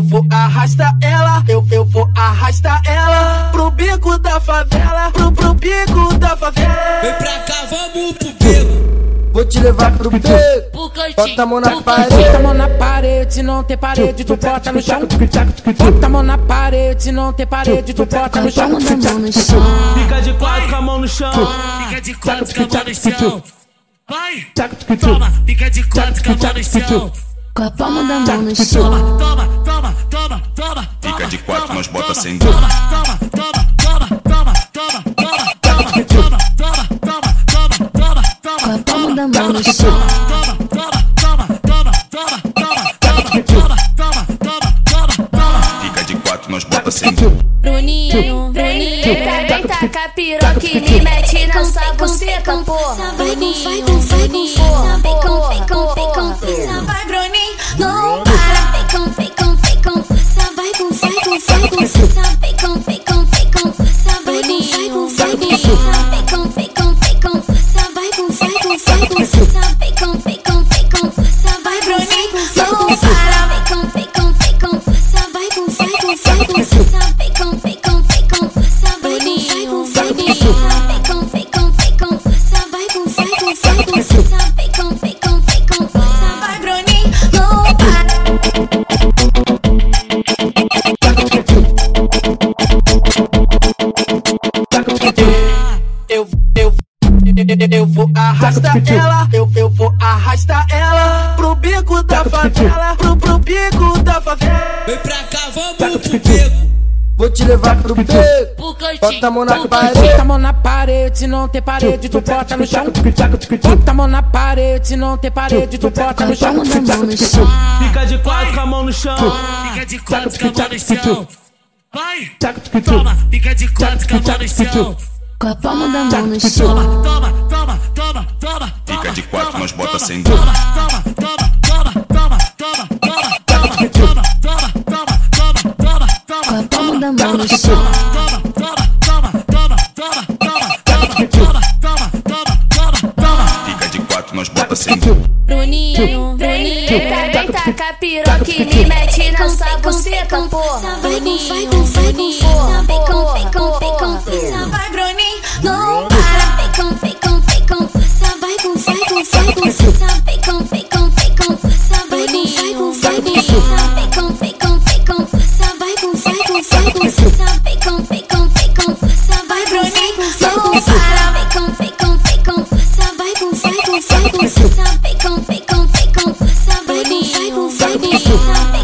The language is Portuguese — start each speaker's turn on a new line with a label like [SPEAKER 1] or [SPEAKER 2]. [SPEAKER 1] vou arrastar ela, eu, eu vou arrastar ela pro bico da favela, pro, pro bico da favela.
[SPEAKER 2] Vem pra cá, vamos pro beco.
[SPEAKER 3] Vou te levar pro beco.
[SPEAKER 4] Pro
[SPEAKER 3] Bota a mão na
[SPEAKER 4] cantinho.
[SPEAKER 3] parede.
[SPEAKER 5] Bota a mão na parede, não tem parede, tu bota no chão. Bota a mão na parede, não tem parede, tu bota no chão.
[SPEAKER 4] Bota a mão no chão.
[SPEAKER 6] Fica de quatro com a mão no chão.
[SPEAKER 2] Fica de quatro com a mão no chão. Vai, toma, fica de quatro com a mão no chão.
[SPEAKER 4] Com a palma da mão no chão.
[SPEAKER 2] Toma, toma, toma, toma.
[SPEAKER 7] Fica de quatro, nós bota sem
[SPEAKER 2] Toma, toma, toma, toma, toma, toma, toma, toma, toma, toma, toma, toma, toma.
[SPEAKER 4] Com a palma da mão no chão.
[SPEAKER 7] Fica de quatro, nós bota sem
[SPEAKER 8] Bruninho, Bruninho. Vem taca piroca e me mete na sua buceta, porra. Bruninho, Bruninho, porra, porra, porra. Vai, Bruninho, não para. Vai, Bruninho, não para.
[SPEAKER 1] Eu, eu, eu, eu vou arrastar ela, eu, eu vou arrastar ela pro bico da favela, pro, pro bico da favela.
[SPEAKER 2] Vem pra cá, vamos pro beco.
[SPEAKER 3] Vou te levar pro beco.
[SPEAKER 4] Pro cantinho.
[SPEAKER 3] Bota a mão na parede.
[SPEAKER 5] Bota a mão na parede, não tem parede, tu bota no chão. Bota a mão na parede, não tem parede, tu bota no chão.
[SPEAKER 4] Palma da mão no chão.
[SPEAKER 6] Fica de quatro com a mão no chão.
[SPEAKER 2] Fica de quatro com a mão no chão. Vai, toma, fica de quatro com a mão no chão.
[SPEAKER 4] Com a palma da mão no chão.
[SPEAKER 2] Toma, toma, toma, toma.
[SPEAKER 7] Fica de quatro, nós bota sem
[SPEAKER 2] Toma, toma, toma, toma, toma, toma, toma, toma, toma, toma, toma, toma, toma, toma.
[SPEAKER 4] Com a palma da mão no chão.
[SPEAKER 7] Fica de quatro, nós bota sem
[SPEAKER 8] Bruninho, Bruninho. Vem taca piroca e me mete na sua buceta, porra. Bruninho, Bruninho, porra, porra, porra. Vai, Bruninho, não para. Vai, Bruninho, não para.